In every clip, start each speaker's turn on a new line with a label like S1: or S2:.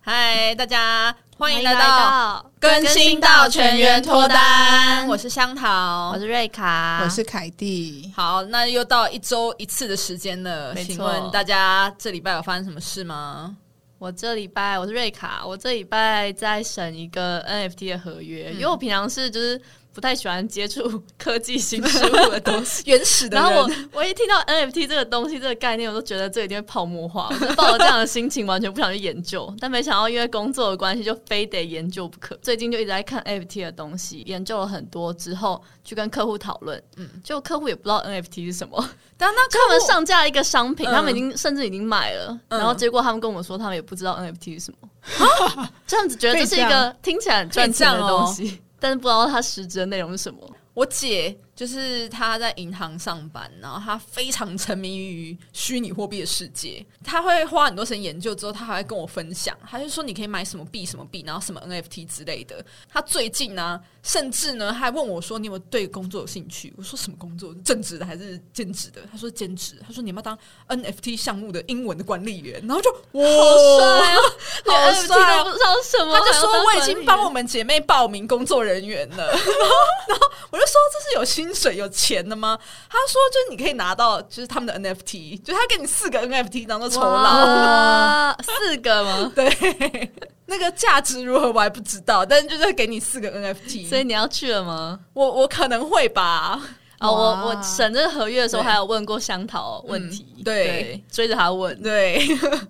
S1: 嗨，大家欢迎来
S2: 欢迎
S1: 到
S2: 到
S1: 更新到全员脱单，我是香
S2: 我
S1: 桃。
S2: 是瑞卡，
S3: 我是凯蒂。
S1: 好，那又到一周一次的时间了，
S2: 没错
S1: 请问大家这礼拜有发生什么事吗？
S2: 我这礼拜我是瑞卡，我这礼拜在审一个 NFT 的合
S1: 嗯
S2: 约，因为我平常是就是不太喜欢接触 科技新事物的东西。
S1: 原始的
S2: 然
S1: 人，
S2: 后我我一听到 NFT 这个东西这个概念，我都觉得这一定会泡沫化。我就抱着这样的心情，完全不想去研究。但没想到因为工作的关系，就非得研究不可。最近就一直在看 NFT 的东西，研究了很多之后，去跟客户讨论。嗯，就客户也不知道 NFT 是什么。
S1: 但那
S2: 就他们
S1: 客户
S2: 上架了一个商品，
S1: 嗯
S2: 他们已经甚至已经买了，
S1: 嗯
S2: 然后结果他们跟我说，他们也不知道 NFT 是什么，这样子觉得这是一
S3: 可以这
S2: 个听起来很赚
S1: 哦
S2: 钱的东西，但是不知道它实质的内容是什么。
S1: 我姐就是她在银行上班，然后她非常沉迷于虚拟货币的世界，她会花很多时间研究，之后她还会跟我分享，她就说你可以买什么币、什么币，然后什么 NFT 之类的。她最近呢、甚至呢她还问我说你有没有对工作有兴趣？我说什么工作？正职的还是兼职的？她说兼职，她说你要不要当 NFT 项目的英文的管理员？然后就哇，
S2: 帅哦，连
S1: 好
S2: NFT
S1: 帅哦
S2: 都不知道是什 么，
S1: 他就说我已经帮我
S2: 我
S1: 们姐妹报名工作人员 了，然后然后我就说这是有薪水有钱的吗？他说就是你可以拿到就是他们的 NFT，就是他给你四个 NFT 当做酬劳，
S2: 哇，四个吗？
S1: 对，那个价值如何我还不知道，但是就是给你四个 NFT，
S2: 所以你要去了吗？
S1: 我我可能会吧，
S2: 啊，我
S3: 哇
S2: 我审这个合约的时候，
S1: 对
S2: 还有问过香桃问题，
S1: 嗯对
S2: 对，追着他问，
S1: 对。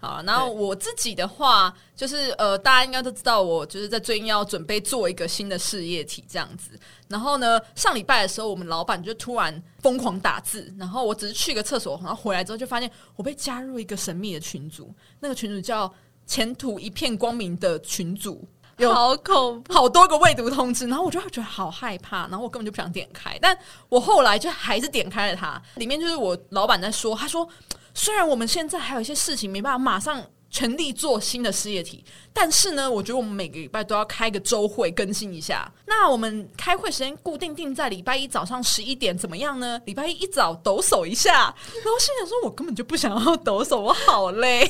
S1: 好，然后我自己的话，就是呃，大家应该都知道，我就是在最近要准备做一个新的事业体这样子。然后呢，上礼拜的时候，我们老板就突然疯狂打字，然后我只是去个厕所，然后回来之后就发现我被加入一个神秘的群组，那个群组叫“前途一片光明”的群组，有
S2: 好恐怖，
S1: 好多个未读通知，然后我就会觉得好害怕，然后我根本就不想点开，但我后来就还是点开了它。里面就是我老板在说，他说虽然我们现在还有一些事情没办法马上全力做新的事业体，但是呢，我觉得我们每个礼拜都要开个周会更新一下。那我们开会时间固定定在礼拜一早上十一点，怎么样呢？礼拜一一早抖擞一下。然后心想说，我根本就不想要抖擞，我好累。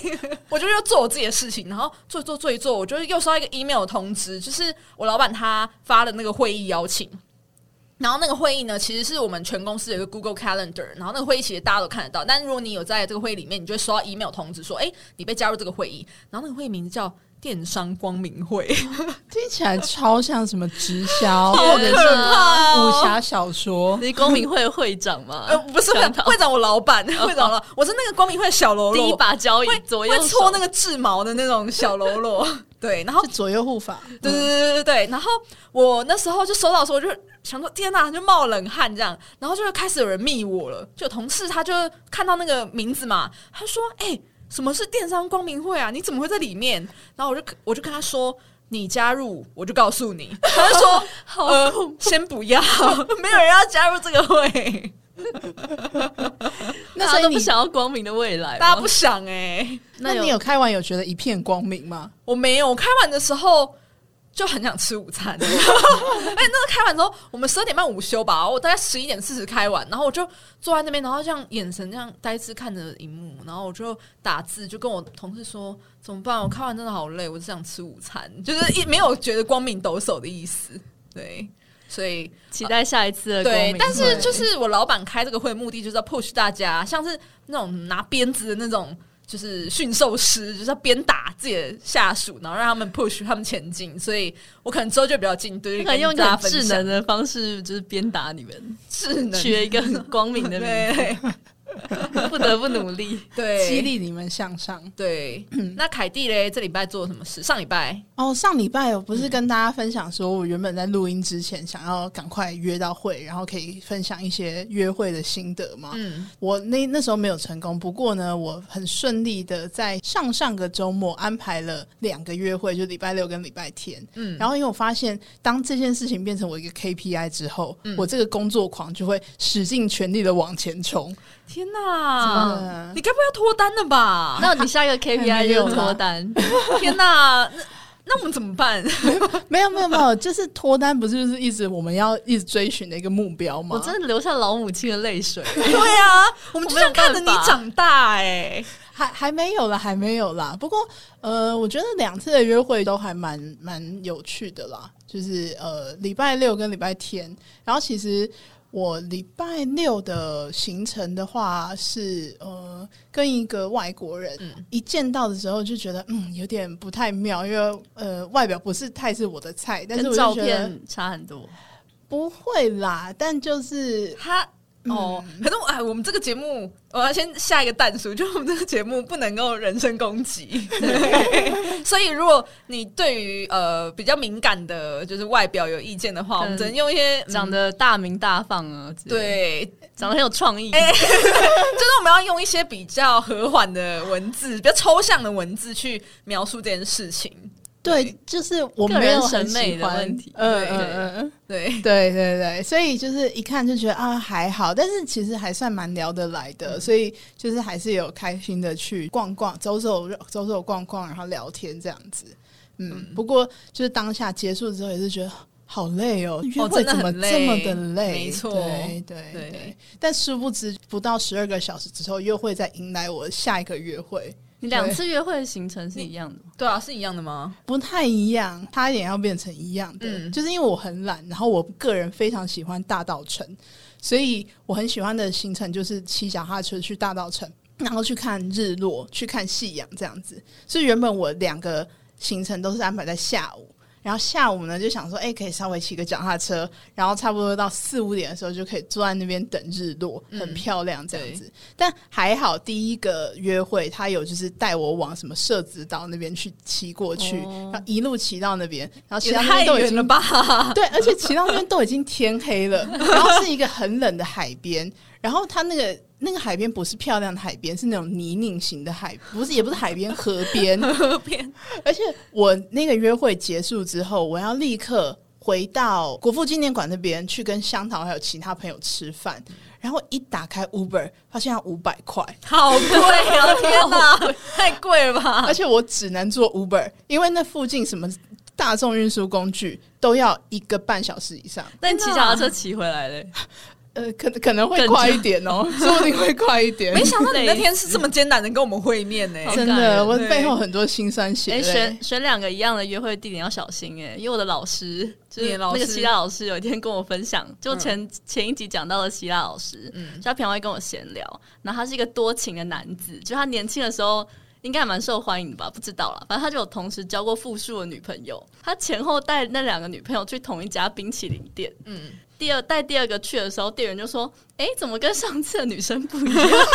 S1: 我就要做我自己的事情，然后做一做做一做，我就又收到一个 email 通知，就是我老板他发了那个会议邀请。然后那个会议呢，其实是我们全公司有一个 Google Calendar，然后那个会议其实大家都看得到，但如果你有在这个会议里面，你就会收到 email 通知说，哎，你被加入这个会议。然后那个会议名字叫电商光明 会，
S3: 听起来超像什么直
S2: 好
S3: 销或者
S2: 可
S3: 是
S1: 怕哦
S3: 武侠小说。
S2: 你是公民会会长吗？
S1: 呃，不是会
S2: 香桃
S1: 会长我老 板，会长我老，我是那个光明会的小喽
S2: 第一
S1: 啰，
S2: 把交椅
S1: 会
S2: 左
S1: 会
S2: 右手
S1: 搓那个智毛的那种小喽啰，对，然后
S2: 哦
S3: 是左右护法，嗯
S1: 对对对对对。然后我那时候就收到的时候，我就想说天哪，就冒冷汗这样。然后就开始有人密我了，就有同事他就看到那个名字嘛，他说：“哎、什么是电商光明会啊？你怎么会在里面？”然后我就我就跟他说。你加入我就告诉你，他就说
S2: 好
S1: 呃先不要， 没有人要加入这个会，
S2: 大
S3: 那
S2: 家
S3: 所
S2: 都
S3: 以
S2: 不
S3: 你
S2: 想要光明的未来吗，哦
S1: 大家不想哎、
S3: 那
S2: 有
S3: 你有开完有觉得一片光明吗？
S1: 我没有，我开完的时候就很想吃午餐。 哎，那个开完之后，我们十二点半午休吧，我大概十一点四十开完，然后我就坐在那边，然后这样眼神这样呆滞看着荧幕，然后我就打字，就跟我同事说怎么办？我开完真的好累，我只想吃午餐，就是一没有觉得光明抖擞的意思。对，所以
S2: 期待下一次的光
S1: 对
S2: 明会，
S1: 但是就是我老板开这个会的目的就是要 push 大家，像是那种拿鞭子的那种，就是驯兽师，就是要鞭打自己的下属，然后让他们 push 他们前进。所以我可能之后就比较进
S2: 他
S1: 对，
S2: 可能用一
S1: 跟
S2: 个
S1: 大家
S2: 很
S1: 分
S2: 智
S1: 享
S2: 能的方式，就是鞭打你们，
S1: 智能
S2: 取了一个很光明的名
S1: 对
S2: 字， 不得不努 力。
S1: 对
S3: 激励你们向上。
S1: 对。
S2: 嗯
S1: 那凯蒂嘞，这礼拜做了什么事？上礼拜
S3: 哦，上礼拜我不
S2: 嗯
S3: 是跟大家分享说，我原本在录音之前想要赶快约到会，然后可以分享一些约会的心得吗？
S1: 嗯
S3: 我那那时候没有成功，不过呢，我很顺利的在上上个周末安排了两个约会，就礼拜六跟礼拜天。
S1: 嗯，
S3: 然后因为我发现，当这件事情变成我一个 KPI 之后，
S1: 嗯
S3: 我这个工作狂就会使尽全力的往前冲。
S1: 天
S3: 真
S1: 哪！
S3: 的
S1: 你该不会要脱单了吧？
S2: 那你下一个
S3: 还
S2: KPI
S3: 没有
S2: 就
S3: 吗
S2: 是脱单，
S1: 啊天哪！那那我们怎么 办？
S3: 没有没有没有，就是脱单不是就是一直我们要一直追寻的一个目标吗？
S2: 我真的流下老母亲的泪水。
S1: 对啊，我们就这样看着你
S2: 我没有办法
S1: 长大哎、
S3: 还还没有啦，还没有啦。不过呃，我觉得两次的约会都还蛮蛮有趣的啦，就是呃礼拜六跟礼拜天。然后其实我礼拜六的行程的话是呃跟一个外国人、
S2: 嗯
S3: 一见到的时候就觉得嗯有点不太妙，因为呃外表不是太是我的菜，但是
S2: 跟
S3: 我
S2: 照
S3: 就觉得
S2: 片差很多。
S3: 不会啦，但就是
S1: 他哦，可是我哎，我们这个节目，我要先下一个淡书，就我们这个节目不能够人身攻击。对所以，如果你对于呃比较敏感的，就是外表有意见的话，我们只能用一些、嗯
S2: 长得大名大放啊，之类的，
S1: 对，哎
S2: 长得很有创意，
S1: 就是我们要用一些比较和缓的文字，比较抽象的文字去描述这件事情。
S3: 对，就是我
S2: 个
S3: 没有
S2: 人
S3: 很
S2: 审美
S3: 喜
S2: 的
S3: 欢
S2: 问题
S3: 嗯
S1: 对
S3: 嗯嗯嗯。
S1: 对，
S3: 对对对，所以就是一看就觉得啊还好，但是其实还算蛮聊得来
S1: 嗯
S3: 的，所以就是还是有开心的去逛逛、走走、走走逛逛，然后聊天这样子。嗯，不过就是当下结束之后也是觉得。好累哦，约会
S1: 真的
S3: 怎么
S1: 很累
S3: 这么的累？
S1: 没错
S3: 对对
S1: 对
S3: 对。但殊不知，不到十二个小时之后，又会再迎来我下一个约会，
S2: 你两次约会的行程是一样的吗，
S1: 对啊，是一样的 吗？
S3: 不太一样，差一点要变成一样的，
S1: 嗯
S3: 就是因为我很懒，然后我个人非常喜欢大道城，所以我很喜欢的行程就是骑脚踏车去大道城，然后去看日落，去看夕阳这样子。所以原本我两个行程都是安排在下午。然后下午呢，就想说，哎、可以稍微骑个脚踏车，然后差不多到四五点的时候，就可以坐在那边等日落，很漂亮这样子。但还好，第一个约会他有就是带我往什么社子岛那边去骑过去，
S2: 哦
S3: 然后一路骑到那边，然后骑
S1: 也
S3: 到那
S1: 太
S3: 边都已
S1: 远
S3: 经
S1: 了吧！
S3: 对，而且骑到那边都已经天 黑了，然后是一个很冷的海边，然后它那个那个海边不是漂亮的海边，是那种泥泞型的海，不是也不是海边，河边。
S1: 河边
S3: 而且我那个约会结束之后，我要立刻回到国父纪念馆那边去跟香桃还有其他朋友吃饭，然后一打开 Uber，发现要五百块。
S1: 好贵 哦！天哪，太贵了吧！
S3: 而且我只能坐 Uber，因为那附近什么大众运输工具都要一个半小时以上。
S2: 但你骑脚踏车骑回来嘞，
S3: 呃，可可能会
S2: 更
S3: 快一点哦，说不定会快一 点。
S1: 没想到你那天是这么艰难的跟我们会面呢、
S2: 好
S3: 真
S2: 感
S3: 的，
S2: 人
S3: 我
S1: 对
S3: 背后很多辛酸血
S2: 哎，
S3: 泪
S2: 选。选两个一样的约会地点要小心哎，因为我的 老师就
S1: 你
S2: 是
S1: 的老
S2: 那
S1: 师嗯
S2: 个希腊老师有一天跟我分享，就前、前一集讲到的希腊老师，就他平常会跟我闲聊，然后他是一个多情的男子，就他年轻的时候。应该还蛮受欢迎的吧？不知道啦，反正他就有同时交过复数的女朋友，他前后带那两个女朋友去同一家冰淇淋店。
S1: 嗯
S2: 嗯，第二带第二个去的时候，店员就说：“哎、怎么跟上次的女生 不
S1: 啊
S2: 一样？”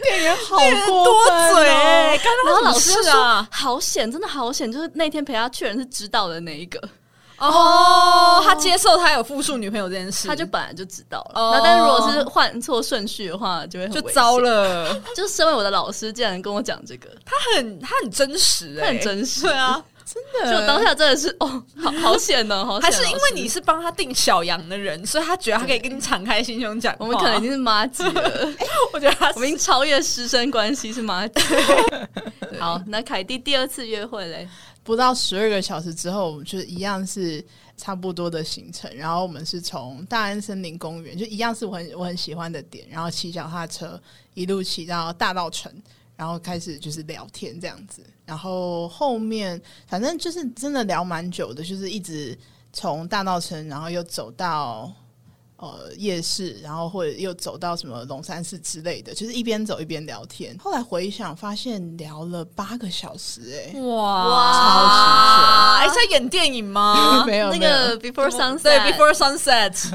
S3: 店员好过
S1: 多
S3: 分哦
S1: 嘴、欸，干
S2: 然后
S1: 他
S2: 老
S1: 什
S2: 师
S1: 么
S2: 就
S1: 事
S2: 说：“
S1: 啊？
S2: 好险，真的好险！就是那天陪他去的人是知道的那一个，
S1: 哦，他接受他有复数女朋友这件事，
S2: 他就本来就知道了。
S1: 哦
S2: 那但是如果是换错顺序的话，就会很
S1: 就
S2: 危
S1: 糟
S2: 险。
S1: 了。
S2: 就身为我的老师，竟然跟我讲这个，
S1: 他很他很真实、欸，
S2: 他很真实
S1: 对啊，
S2: 就当下真的是哦，好好险哦，好
S1: 还
S2: 险！
S1: 是因为
S2: 老师
S1: 你是帮他定小羊的人，所以他觉得他可以跟你敞开心胸讲话。
S2: 我们可能已经是妈级 了，
S1: 我觉得他
S2: 我们已经超越师生关系是妈级。 好，那凯蒂第二次约会嘞，
S3: 不到十二个小时之后，我们就是一样是差不多的行程，然后我们是从大安森林公园，就一样是我很我很喜欢的点，然后骑脚踏车一路骑到大道城，然后开始就是聊天这样子，然后后面反正就是真的聊蛮久的，就是一直从大道城，然后又走到。呃，夜市，然后或者又走到什么龙山寺之类的，就是一边走一边聊天。后来回想，发现聊了八个小时、欸，哎，
S1: 哇
S3: 哇
S1: 哎、在演电影吗？
S3: 没有
S2: 那
S3: 没有
S2: 个 Before
S1: 对
S2: Sunset，
S1: ，Before Sunset，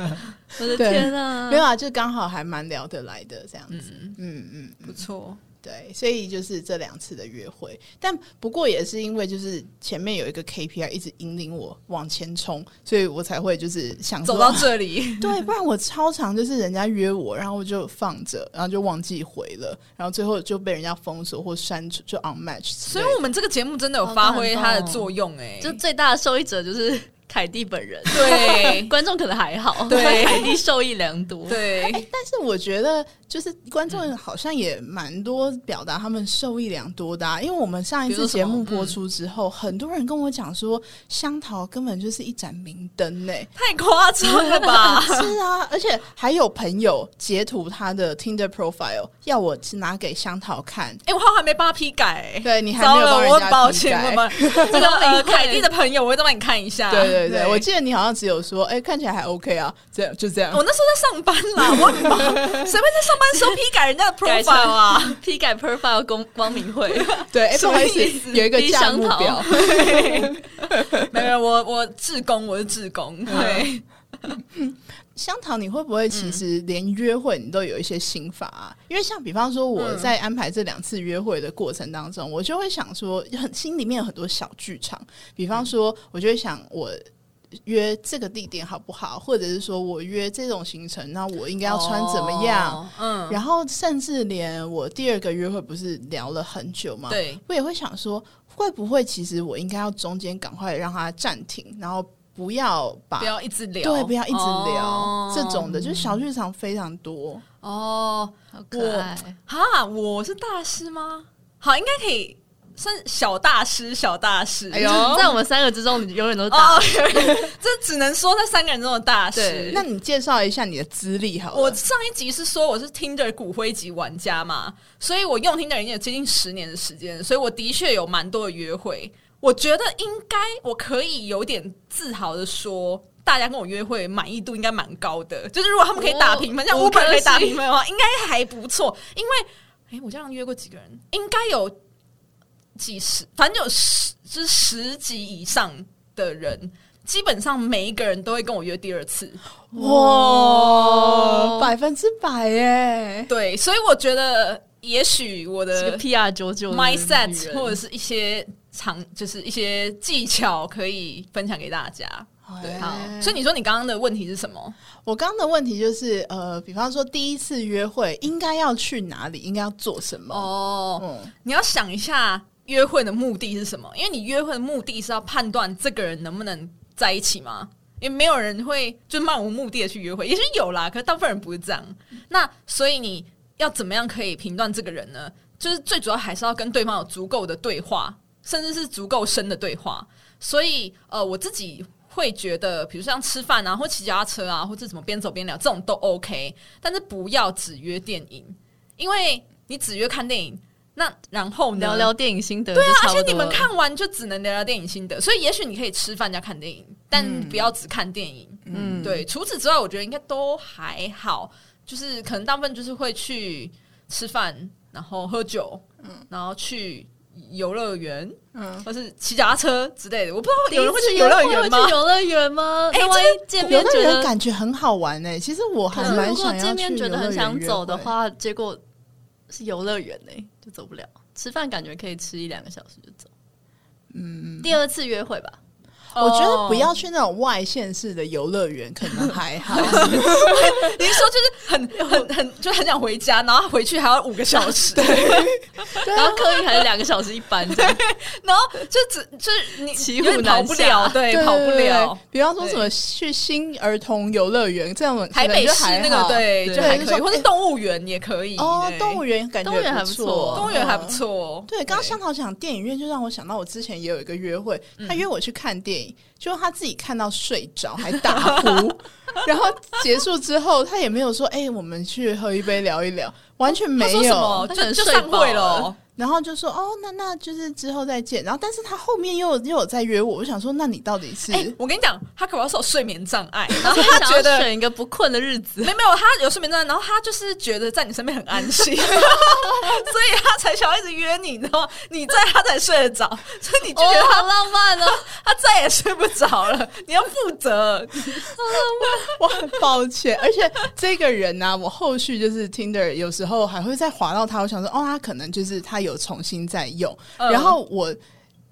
S2: 我的
S3: 对
S2: 天啊
S3: 没！有啊，就刚好还蛮聊得来的这样子。嗯嗯
S1: 不错。
S3: 对，所以就是这两次的约会，但不过也是因为就是前面有一个 KPI 一直引领我往前冲，所以我才会就是想
S1: 走
S3: 说
S1: 到这里，
S3: 对，不然我超常就是人家约我，然后我就放着，然后就忘记回了，然后最后就被人家封锁或删除，就 unmatch 之
S1: 所
S3: 类的。
S1: 以我们这个节目真的有
S2: 好
S1: 发
S2: 感
S1: 挥它的
S2: 动
S1: 作用、哎，
S2: 就最大的受益者就是凯蒂本人，
S1: 对
S2: 观众可能还好，
S1: 对
S2: 但凯蒂受益良多。
S1: 对，
S3: 但是我觉得就是观众好像也蛮多表达他们受益良多的、啊，因为我们上一次节目播出之后，
S1: 嗯
S3: 很多人跟我讲说，香桃根本就是一盏明灯呢、欸
S1: 太夸张了吧？
S3: 是啊，而且还有朋友截图他的 Tinder profile 要我拿给香桃看，
S1: 哎、我好像还没帮他批改、欸，
S3: 对你还
S1: 糟
S3: 没有帮
S1: 了，
S3: 人
S1: 我
S3: 家
S1: 很抱
S3: 批
S1: 歉，
S3: 改
S1: 我们这个呃凯蒂的朋友，我会再帮你看一下。
S3: 对对对，我记得你好像只有说，哎、看起来还 OK 啊，这样就这 样。
S1: 我那时候在上班啦， 我很忙，谁会在上班时候批改人家的
S2: 改
S1: profile 啊？
S2: 批改 profile 公光明会，
S3: 对， 哎、
S1: 什
S3: 不
S1: 么
S3: 好意
S1: 意
S3: 思，有一个
S2: 低
S3: 价
S2: 商
S3: 目
S2: 讨
S3: 表，
S1: 没有，没有我我志工，我是志工，
S2: 嗯
S1: 对，
S3: 香桃，你会不会
S1: 嗯
S3: 其实连约会你都有一些心法啊？因为像比方说
S1: 嗯
S3: 我在安排这两次约会的过程当中，我就会想说，很心里面有很多小剧场。比方说，我就会想我。约这个地点好不好？或者是说我约这种行程，那我应该要穿怎么样？
S1: 哦？嗯，
S3: 然后甚至连我第二个约会不是聊了很久吗？，
S1: 对，
S3: 我也会想说，会不会其实我应该要中间赶快让它暂停，然后不要把
S1: 不要一直聊，
S3: 对，不要一直聊、
S1: 哦
S3: 这种的，就是小剧场非常多。
S1: 哦。
S2: 好可爱。
S1: 哈，我是大师吗？好，应该可以算小大师，小大师。
S3: 哎呦
S2: 在我们三个之中，你永远都是大
S1: 哦， 这只能说在三个人中的大师
S2: 对。
S3: 那你介绍一下你的资历好了
S1: 我上一集是说我是 Tinder 骨灰级玩家嘛，所以我用 Tinder 已经有接近十年的时间，所以我的确有蛮多的约会。我觉得应该我可以有点自豪的说，大家跟我约会满意度应该蛮高的。就是如果他们可以打评分，
S2: 哦
S1: 像
S2: 五
S1: Uber 可
S2: 颗
S1: 以
S2: 星
S1: 打评分的话，应该还不错。因为，诶，我这样约过几个人，应该有几十，反正有十，就是十级以上的人。基本上每一个人都会跟我约第二次，
S3: 哇，百分之百耶！
S1: 对，所以我觉得也许我
S2: 是
S1: 的
S2: 个 PR 九九
S1: mindset 或者是一些常就是一些技巧可以分享给大家。对，好。所以
S3: 以
S1: 你说你刚刚的问题是什么？
S3: 哎我刚刚的问题就是，呃，比方说第一次约会应该要去哪里，应该要做什么？
S1: 哦，
S3: 嗯，
S1: 你要想一下约会的目的是什么？因为你约会的目的是要判断这个人能不能在一起吗？也没有人会就漫无目的的去约会，也许有啦，可是大部分人不是这样。那所以你要怎么样可以评断这个人呢？就是最主要还是要跟对方有足够的对话，甚至是足够深的对话。所以呃，我自己会觉得，比如像吃饭啊，或骑脚踏车啊，或者怎么边走边聊，这种都 OK，但是不要只约电影，因为你只约看电影，那然后呢
S2: 聊聊电影心得，对啊
S1: 而且你们看完就只能聊聊电影心得，所以也许你可以吃饭加看电影，但不要只看电影。
S2: 嗯
S1: 对，除此之外，我觉得应该都还好，就是可能大部分就是会去吃饭，然后喝酒，然后去游乐园，
S3: 嗯
S1: 或是骑脚踏车之类的。我不知道有人会
S2: 第
S1: 去
S2: 一次
S1: 游乐
S2: 约会
S1: 园
S2: 会
S1: 吗
S2: 去？游乐园吗？
S1: 哎
S2: 那万一见
S3: 游
S2: 面
S3: 乐
S2: 觉
S3: 园
S2: 得，
S3: 感觉很好玩呢、其实我还
S2: 可是
S3: 蛮
S2: 如果
S3: 想要
S2: 见面
S3: 去
S2: 觉得
S3: 游乐
S2: 很
S3: 园
S2: 想
S3: 约
S2: 走的
S3: 会，
S2: 话，结果是游乐园呢，就走不了。吃饭感觉可以吃一两个小时就走。嗯，第二次约会吧，
S3: 我觉得
S1: 哦
S3: 不要去那种外县市的游乐园，可能 还好。
S1: 你是说就是很很很就很想回家，然后回去还要五个小时，
S2: 然后刻意还是两个小时一班这样，
S1: 然后就只就是 你
S2: 骑
S1: 有点
S2: 虎
S1: 跑
S2: 难
S1: 不
S2: 下
S1: 了，对，
S3: 对
S1: 哎跑不。
S3: 对对
S1: 了
S3: 对。比方说什么去新儿童游乐园这种，
S1: 台北市那个对，
S2: 对
S1: 就还
S3: 就
S1: 可
S3: 说
S1: 以，或是动物园哎也可以
S3: 哎哦，
S1: 对
S3: 动物园感觉
S2: 动物园还
S3: 不嗯
S2: 不错
S1: 动物园还不。错。
S3: 对，刚刚香桃讲电影院，就让我想到我之前也有一个约会，
S1: 嗯
S3: 他约我去看电影，结果他自己看到睡着，还 大哭，然后结束之后，他也没有说，哎、我们去喝一杯聊一聊，完全
S1: 他
S3: 没
S1: 说什么
S3: 有。
S2: 他可
S1: 就
S2: 能
S1: 就
S2: 睡
S1: 散
S2: 饱
S1: 会
S2: 了
S1: 了。
S3: 然后就说，哦，那那就是之后再见。然后，但是他后面又又有在约我，我想说，那你到底是？
S1: 哎、我跟你讲，他可能是有睡眠障碍，然
S2: 然
S1: 后
S2: 后
S1: 他
S2: 想
S1: 觉
S2: 要
S1: 得。
S2: 选一个不困的日子
S1: 没。有没有，他有睡眠障碍，然后他就是觉得在你身边很安心，所以他才想要一直约你，然后你在他才睡得着，所 以你就觉得
S2: 哦，
S1: 他、
S2: 好浪漫 哦！
S1: 他再也睡不着了，你要负责。
S3: 我很抱歉，而且这个人呢、我后续就是 Tinder 有时候还会再滑到他，我想说，哦，他可能就是他有重新再用，
S1: 嗯
S3: 然后我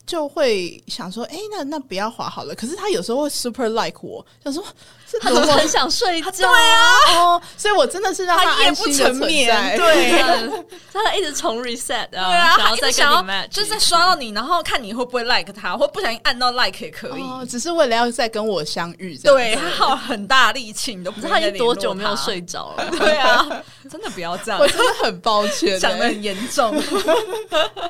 S3: 就会想说，哎、那那不要滑好了。可是他有时候会 super like 我，想说这
S2: 他
S3: 怎
S2: 只是
S3: 么
S2: 很想睡觉，
S1: 啊
S3: 哦？所以我真的是让
S1: 他夜
S3: 安
S1: 不
S3: 心地
S1: 成
S3: 存
S1: 眠
S3: 在
S1: 对
S2: 他一直重 reset 啊，
S1: 对啊，
S2: 想
S1: 他
S2: 要
S1: 一直
S2: 再跟
S1: 想
S2: 你
S1: 要
S2: match，
S1: 就是在刷到你，然后看你会不会 like 他，或不小心按到 like 也可以。
S3: 哦，只是为了要再跟我相遇，这样
S1: 对他耗很大力气，你都不
S2: 你
S1: 知
S2: 知
S1: 道
S2: 道他已经多久没有睡着了？
S1: 对啊，真的不要这样
S3: 我，真的很 抱歉、
S1: 讲的
S3: 欸。
S1: 很严 重。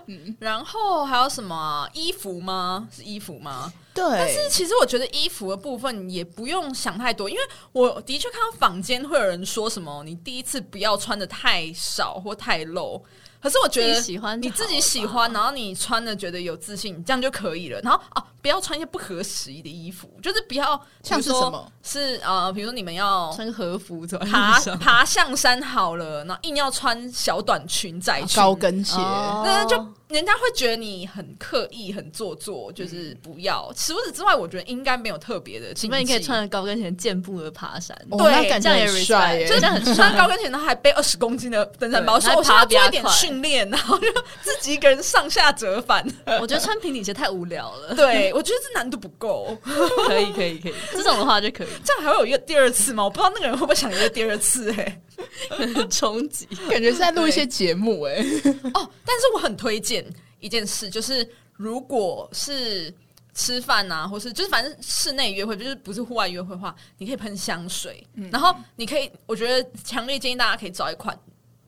S1: 嗯然后还有什么啊衣服吗？是衣服吗？但
S3: 对
S1: 是，其实我觉得衣服的部分也不用想太多，因为我的确看到坊间会有人说什么，你第一次不要穿的太少或太露。可是我觉
S2: 自
S1: 得
S2: 己喜欢就
S1: 你自己喜
S2: 好
S1: 欢，
S2: 了吧
S1: 然后你穿的觉得有自信，这样就可以了。然后啊，不要穿一些不合时宜的衣服，就是不要
S3: 像是
S1: 比如说
S3: 什么
S1: 是呃，比如说你们要
S2: 穿个和服走在
S1: 爬
S2: 路上
S1: 爬象山好了，然后硬要穿小短裙、窄裙、
S2: 啊
S3: 高跟鞋，
S2: 哦
S1: 那就人家会觉得你很刻意、很做作，就是不要。除此之外，我觉得应该没有特别的禁忌。
S2: 除非嗯你可以穿着高跟鞋健步的爬山，
S3: 哦
S1: 对
S3: 那感
S2: 这
S3: 觉
S2: 样也
S3: 很帅欸
S2: respect，
S3: 耶、
S2: 就这样很帅。
S1: 穿高跟鞋，然后还背二十公斤的登山包，
S2: 对
S1: 说我
S2: 还爬
S1: 想要做一
S2: 比较
S1: 点
S2: 快
S1: 训练，然后就 自己一个人上下折 返。
S2: 我觉得穿平底鞋太无聊 了，
S1: 对，我觉得这难度不够，
S2: 可以可以可以，这种的话就可以，
S1: 这样还会有一个第二次吗？我不知道那个人会不会想约第二次哎、欸
S2: 很冲 击。
S3: 感觉是在录一些节目哎、
S1: 哦，但是我很推荐一件事，就是如果是吃饭啊，或是就是反正室内约会，就是不是户外约会的话，你可以喷香水，然后你可以，我觉得强烈建议大家可以找一款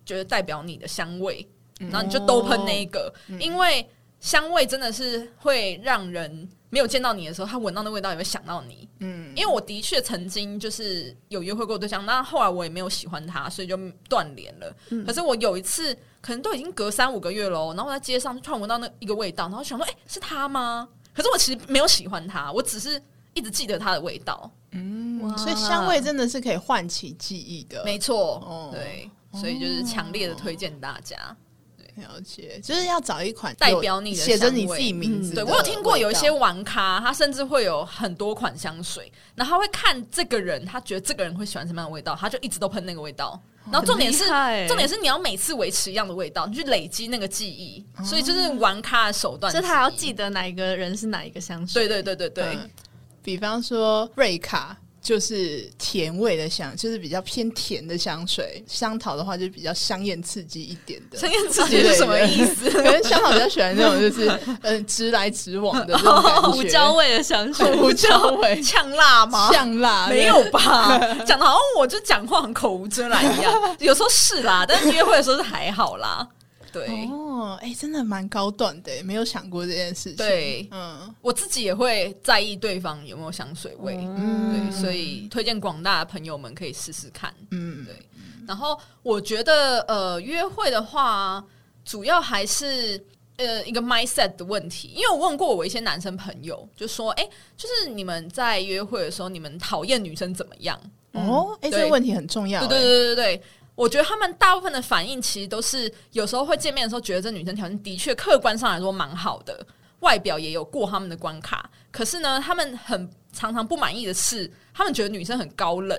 S1: 觉得代表你的香味，然后你就都喷那一个，因为香味真的是会让人。没有见到你的时候，他闻到那味道也会想到你。
S3: 嗯，
S1: 因为我的确曾经就是有约会过对象，但后来我也没有喜欢他，所以就断联了。可是我有一次，可能都已经隔三五个月了哦，然后我在街上就突然闻到那一个味道，然后想说，哎、是他吗？可是我其实没有喜欢他，我只是一直记得他的味道。
S2: 哇
S3: 嗯所以香味真的是可以唤起记忆的。
S1: 没错，
S3: 哦
S1: 对，所以就是强烈的推荐大家。
S3: 了解，就是要找一款
S1: 代
S3: 有
S1: 表你的
S3: 写着
S1: 香
S3: 你
S1: 味嗯
S3: 自己名字
S1: 对哦
S3: 的味道、
S1: 我有听过有一些玩咖，他甚至会有很多款香水，然后他会看这个人，他觉得这个人会喜欢什么样的味道，他就一直都喷那个味道。然后重点是
S2: 很厉害欸，
S1: 重点是你要每次维持一样的味道，你去累积那个记忆，所以就是玩咖的手段之
S2: 所
S1: 一。
S2: 以他还要记得哪一个人是哪一个香
S1: 对
S2: 水。
S1: 对对对对，
S3: 嗯比方说瑞卡就是甜味的香，就是比较偏甜的香水；香桃的话就是比较香艳刺激一点的。
S1: 陈燕自己是什么意思？
S3: 可能香桃比较喜欢那 种就是嗯直来直往的这种感
S1: 哦
S3: 觉，
S2: 哦胡椒味的香水，
S3: 胡椒 味
S1: 呛辣吗？
S3: 呛辣，
S1: 没有 吧？讲的好像我就讲话很口无遮拦一样，有时候是啦，但是约会的时候是还好啦。对、
S3: 对。哦，哎、真的蛮高段的，没有想过这件事情。，
S1: 对，
S3: 嗯，
S1: 我自己也会在意对方有没有香水味，
S3: 嗯
S1: 对，所以推荐广大的朋友们可以试试看。
S3: 嗯，
S1: 对然后我觉得，呃，约会的话，主要还是呃一个 mindset 的问题，因为我问过我一些男生朋友，就说，哎、就是你们在约会的时候，你们讨厌女生怎么样？
S3: 哦，哎、
S1: 对
S3: 这个问题很重要
S1: 对
S3: 欸。
S1: 对对对对。我觉得他们大部分的反应其实都是，有时候会见面的时候觉得这女生条件的确客观上来说蛮好的，外表也有过他们的关卡。可是呢，他们很常常不满意的是，他们觉得女生很高冷。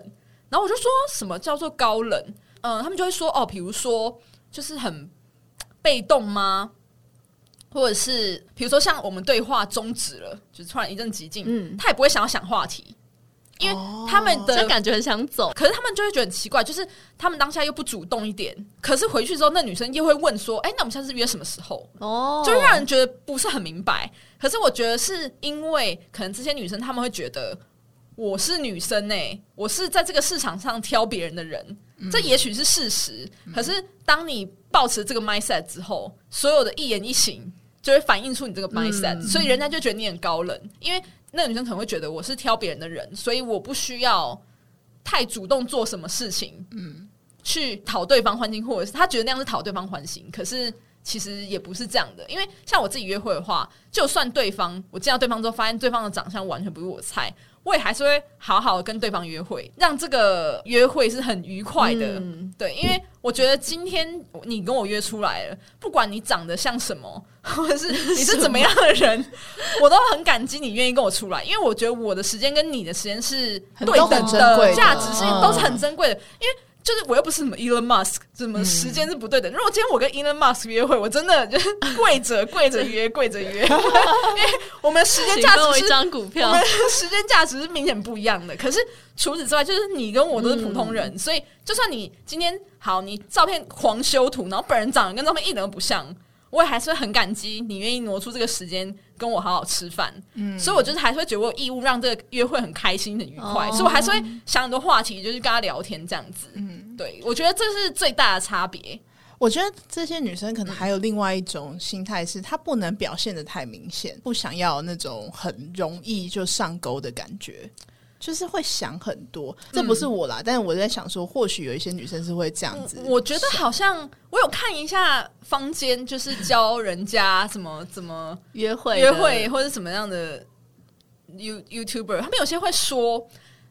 S1: 然后我就说什么叫做高冷？嗯、他们就会说哦，比如说就是很被动吗？或者是比如说像我们对话终止了，就是突然一阵寂静，
S2: 嗯
S1: 他也不会想要想话题，因为他们的
S2: 这感觉很想走。
S1: 可是他们就会觉得很奇怪，就是他们当下又不主动一点，可是回去之后，那女生又会问说：“哎、那我们下次约什么时候？”
S2: 哦，
S1: 就让人觉得不是很明白。可是我觉得是因为可能这些女生她们会觉得我是女生呢、欸我是在这个市场上挑别人的人，这也许是事实。可是当你抱持这个 mindset 之后，所有的一言一行就会反映出你这个 mindset，、所以人家就觉得你很高冷，因为那个女生可能会觉得我是挑别人的人，所以我不需要太主动做什么事情，嗯，去讨对方欢心，或者是她觉得那样是讨对方欢心，可是。其实也不是这样的，因为像我自己约会的话，就算对方我见到对方之后发现对方的长相完全不是我菜，我也还是会好好地跟对方约会，让这个约会是很愉快的。
S2: 嗯
S1: 对，因为我觉得今天你跟我约出来了，不管你长得像什么，或者是你是怎么样的人， 我都很感激你愿意跟我出来，因为我觉得我的时间跟你的时间是
S3: 很
S1: 对
S3: 都很
S1: 等
S3: 珍贵
S1: 的，
S3: 的
S1: 价值是
S3: 嗯
S1: 都是很珍贵的，因为。就是我又不是什么 Elon Musk，什么时间是不对的。如果今天我跟 Elon Musk 约会，我真的就是跪着跪着约，跪着 约，因为我们时间
S2: 请
S1: 价
S2: 给我
S1: 值
S2: 一
S1: 是
S2: 张股
S1: 我
S2: 票
S1: 们，的 时间价值是明显不一样的。可是除此之外，就是你跟我都是普通人，所以就算你今天好，你照片狂修图，然后本人长得跟照片一点都不像，我也还是会很感激你愿意挪出这个时间跟我好好吃饭。嗯，所以我就是还是会觉得我有义务让这个约会很开心、很愉快，
S2: 哦
S1: 所以我还是会想很多话题，就是跟他聊天这样子。嗯，对，我觉得这是最大的差别。
S3: 我觉得这些女生
S1: 嗯
S3: 可能还有另外一种心态，是她不能表现的太明显，不想要那种很容易就上钩的感觉，就是会想很多。这不是
S1: 嗯
S3: 我啦，但是我在想说，或许有一些女生是会这样子。
S1: 我觉得好像我有看一下坊间，就是教人家怎么怎么
S2: 约会
S1: 约会或者什么样的 You YouTuber，他们有些会说，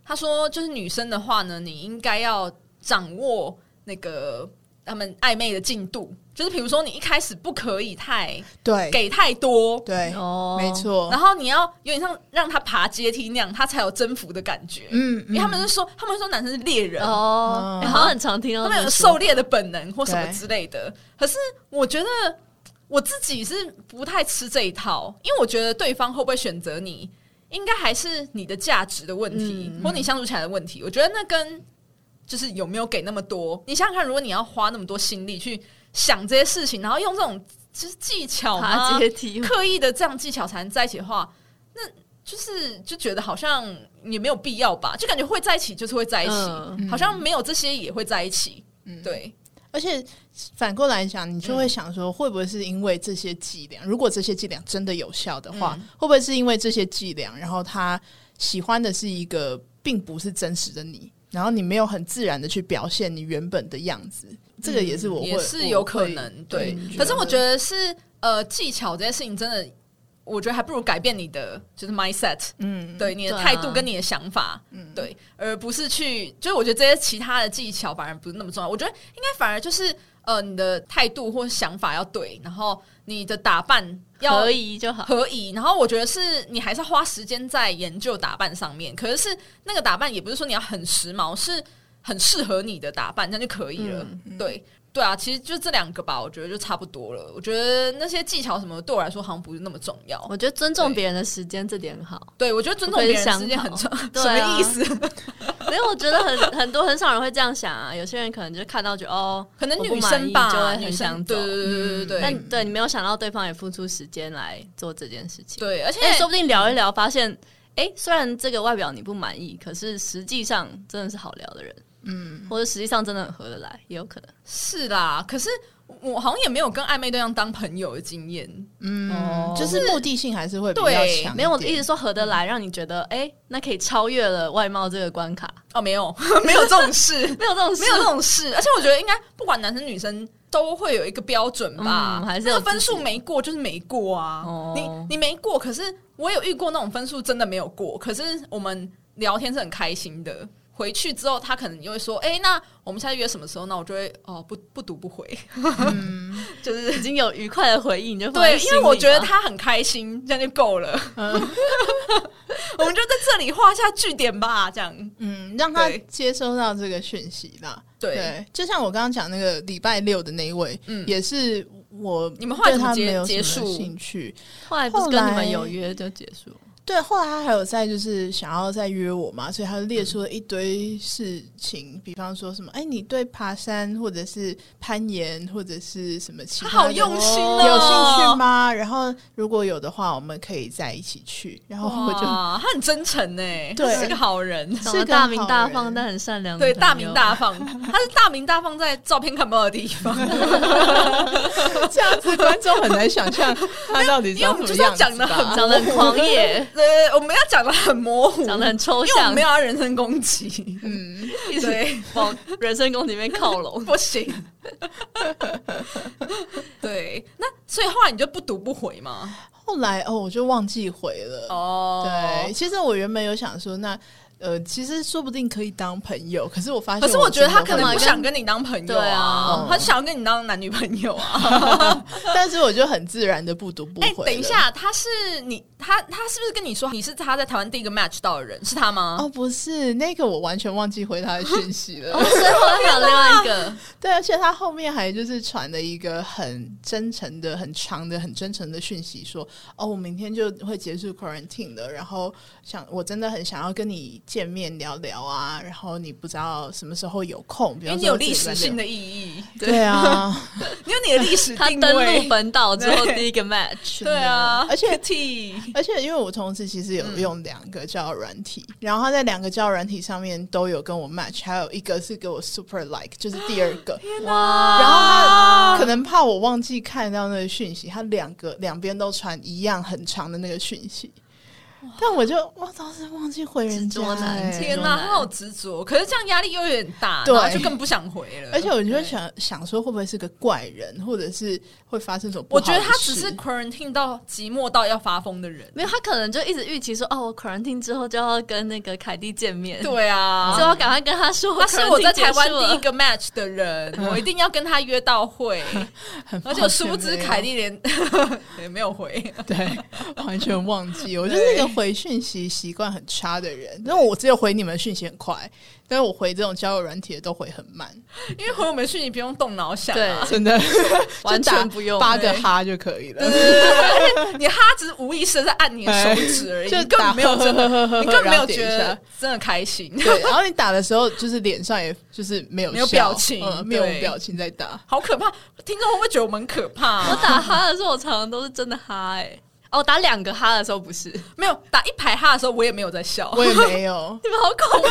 S1: 他说就是女生的话呢，你应该要掌握那个他们暧昧的进度，就是比如说你一开始不可以太
S3: 对
S1: 嗯给太多，
S3: 对，
S2: 哦
S3: 没错
S1: 然。后你要有点像让他爬阶梯那样，他才有征服的感觉。
S3: 嗯，
S1: 因为他们是说，他们说男生是猎人，
S2: 哦，
S3: 嗯
S2: 欸好像很常听到
S1: 他们有
S2: 们
S1: 狩
S2: 说
S1: 猎的本能或什么
S3: 对
S1: 之类的。可是我觉得我自己是不太吃这一套，因为我觉得对方会不会选择你，应该还是你的价值的问题，或你相处起来的问题。我觉得那跟就是有没有给那么多，你想想看，如果你要花那么多心力去想这些事情，然后用这种就是技巧
S2: 爬
S1: 嘛，
S2: 阶梯，
S1: 刻意的这样技巧才能在一起的话，那就是就觉得好像也没有必要吧，就感觉会在一起就是会在一起，
S2: 嗯
S1: 好像没有这些也会在一起。对，
S3: 而且反过来讲，你
S1: 嗯
S3: 就会想说，会不会是因为这些伎俩？如果这些伎俩真的有效的话，
S1: 嗯
S3: 会不会是因为这些伎俩，然后他喜欢的是一个并不是真实的你，然后你没有很自然的去表现你原本的样子？这个也是我
S1: 嗯
S3: 会、
S1: 也是有可
S3: 我会
S1: 能。对
S3: 嗯，
S1: 可是我觉得是呃技巧这件事情真的。我觉得还不如改变你的就是 mindset，嗯，对你的
S2: 对啊
S1: 态度跟你的想法，嗯，对，而不是去就是我觉得这些其他的技巧反而不是那么重要。我觉得应该反而就是呃你的态度或想法要对，然后你的打扮要
S2: 合宜就好。
S1: 可以，然后我觉得是你还是要花时间在研究打扮上面，可是是那个打扮也不是说你要很时髦，是很适合你的打扮，那就可以
S2: 嗯
S1: 了。对对啊，其实就这两个吧，我觉得就差不多了。我觉得那些技巧什么的对我来说好像不是那么重要。
S2: 我觉得尊重别人的时间这点好，
S1: 对我觉得尊重别人是件很重，
S2: 对
S1: 什
S2: 啊
S1: 么意思？
S2: 因为我觉得很很多很少人会这样想啊。有些人可能就看到觉得哦，
S1: 可能
S2: 我不
S1: 女
S2: 满
S1: 生
S2: 意
S1: 吧，
S2: 就会
S1: 女生
S2: 很想嗯走
S1: 对。对对对对对
S2: 但对你没有想到对方也付出时间来做这件事情，
S1: 对，而且
S2: 而哎且说不定聊一聊，发现哎、诶虽然这个外表你不满意，可是实际上真的是好聊的人，嗯，或者实际上真的很合得来，也有可能。
S1: 是啦，可是我好像也没有跟暧昧对象当朋友的经验。
S2: 哦
S3: 嗯，就是目的性还是会比较
S1: 对
S3: 强一点。
S2: 没有，我的意思说合得来，让你觉得哎、诶那可以超越了外貌这个关卡，
S1: 哦，没有， 没有这种事。
S2: 没有这种事
S1: 没有这种事。而且我觉得应该不管男生女生都会有一个标准吧，
S2: 嗯还是
S1: 那
S2: 有
S1: 个分数没过就是没过啊。
S2: 哦
S1: 你你没过，可是我有遇过那种分数真的没有过，可是我们聊天是很开心的。回去之后，他可能就会说：“哎、那我们下次约什么时候？”那我就会哦，不不读不 回，就是
S2: 已经有愉快的回忆，你就嗯放在
S1: 对，因
S2: 心
S1: 为
S2: 里
S1: 我觉得
S2: 嘛
S1: 他很开心，这样就够了。 我们就在这里画下句点吧，这样
S3: 嗯，让他
S1: 对
S3: 接收到这个讯息啦。
S1: 对
S3: 就像我刚刚讲那个礼拜六的那一位，
S1: 嗯
S3: 也是我
S1: 你们后来
S3: 对
S1: 怎么
S3: 他
S1: 结
S3: 没有
S1: 结
S3: 什么
S1: 束嗯
S3: 兴趣。
S2: 后来不是跟你
S3: 后来
S2: 们有约就结束，
S3: 对，后来他还有在就是想要再约我嘛，所以他就列出了一堆事情，比方说什么，哎，你对爬山或者是攀岩或者是什么其
S1: 他
S3: 他
S1: 好
S3: 的
S1: 用心
S2: 哦
S1: 哦，
S3: 有兴趣吗？然后如果有的话，我们可以在一起去。然后
S2: 哦
S3: 我 就
S1: 哇，他很真诚哎，
S3: 对
S1: 他是个好人，
S2: 长
S3: 是
S2: 得
S3: 个
S2: 大名
S3: 好
S2: 大
S3: 人
S2: 放但很善良的
S1: 对，
S2: 朋友，
S1: 大名大放，他是大名大放在照片看不到的地方，
S3: 这样子，观众很难想象他到底
S1: 因为我
S3: 长
S1: 们就
S3: 什么
S1: 是要
S3: 样子
S1: 讲的
S3: 吧
S1: 很
S2: 长得很狂 野，
S1: 呃，我们要讲的很模糊，
S2: 长得很抽
S1: 因为我们
S2: 象
S1: 没，有要人身攻 击，
S3: 嗯，
S2: 一直
S1: 对，
S2: 往人身攻击里面靠拢。
S1: 不行。对，那所以后来你就不读不回嘛？
S3: 后来哦，我就忘记回了。
S1: 哦，
S3: 对，，其实我原本有想说，那呃，其实说不定可以当朋友，可是我发现，
S1: 可是我觉得他可能不
S3: 真的
S1: 想跟你当朋友
S2: 对啊
S1: 啊，他想要跟你当男女朋友啊。
S3: 会，但是我就很自然的不读不
S1: 哎、
S3: 回。
S1: 等一，下，他是你他他是不是跟你说你是他在台湾第一个 match 到的人？是他吗？
S3: 哦，不是那个，我完全忘记回他的讯息 了
S2: 哦，。所以后来还有另外一个，
S3: 对，而且他后面还就是传了一个很真诚的、很长的、很真诚的讯息说，哦，我明天就会结束 quarantine 的，然后想我真的很想要跟你见面聊聊啊，然后你不知道什么时候有空，比
S1: 因
S3: 方
S1: 为
S3: 说
S1: 你有
S3: 这
S1: 历
S3: 礼拜
S1: 史
S3: 六
S1: 性的意义，
S3: 对 啊，
S1: 你有你的历史
S2: 他
S1: 定
S2: 登陆
S1: 位，
S2: 本岛之后
S1: 对
S2: 第一个 match，
S1: 对啊，
S3: 而且
S1: T
S3: 而且因为我同时其实有用两个交友软体，然后他在两个交友软体上面都有跟我 match，还有一个是给我 super like，就是第二个。
S2: 哇，
S3: 然后他可能怕我忘记看到那个讯息，他两个两边都传一样很长的那个讯息，但我就我当时忘记回人
S2: 执
S3: 家、
S2: 着男
S3: 欸
S2: 天
S1: 天
S2: 哪
S1: 哪，他好执着，可是这样压力又有点大，
S3: 对
S1: 然后就更不想回了。
S3: 而且我就会想想说，会不会是个怪人，或者是会发生什么不
S1: 我
S3: 好的
S1: 觉
S3: 事？
S1: 得他只是 quarantine 到寂寞到要发疯的人。
S2: 没有，他可能就一直预期说，哦，我 quarantine 之后就要跟那个凯蒂见面，
S1: 对啊
S2: 就，要赶快跟他说，
S1: 他是我在台湾第一
S2: 个。
S1: 个 match 的人，我一定要跟他约到会。
S3: 很抱
S1: 而
S3: 歉没有，
S1: 且我殊不知凯蒂连 也没有回，
S3: 对，完全忘记。我就是一个回讯息习惯很差的人，因为我只有回你们讯息很快，但是我回这种交友软体的都回很慢，
S1: 因为回我们讯息不用动脑想、
S2: 对
S1: 啊，，
S3: 真的
S2: 完
S3: 就打
S2: 全不用
S3: 八个
S1: 对
S3: 哈就可以了。哎
S1: 你哈只是无意识地在按你的手指而已，
S3: 就
S1: 你根
S3: 打
S1: 本没有真
S3: 呵呵呵呵
S1: 的，
S3: 呵
S1: 你根本没
S3: 然后
S1: 有
S3: 点
S1: 觉
S3: 一
S1: 得
S3: 下
S1: 真的开心，
S3: 对，然后你打的时候，就是脸上也就是没有
S1: 没有
S3: 笑
S1: 表情
S3: 嗯、
S1: 对
S3: 面无表情在 打。
S1: 好可怕！听众会不会觉得我们很可怕、啊
S2: 我打哈的时候，我常常都是真的哈哎、哦，打两个哈的时候不是， 你
S1: 没有打一排哈的时候，我也没有在笑，
S3: 我也没有，
S2: 们好恐怖！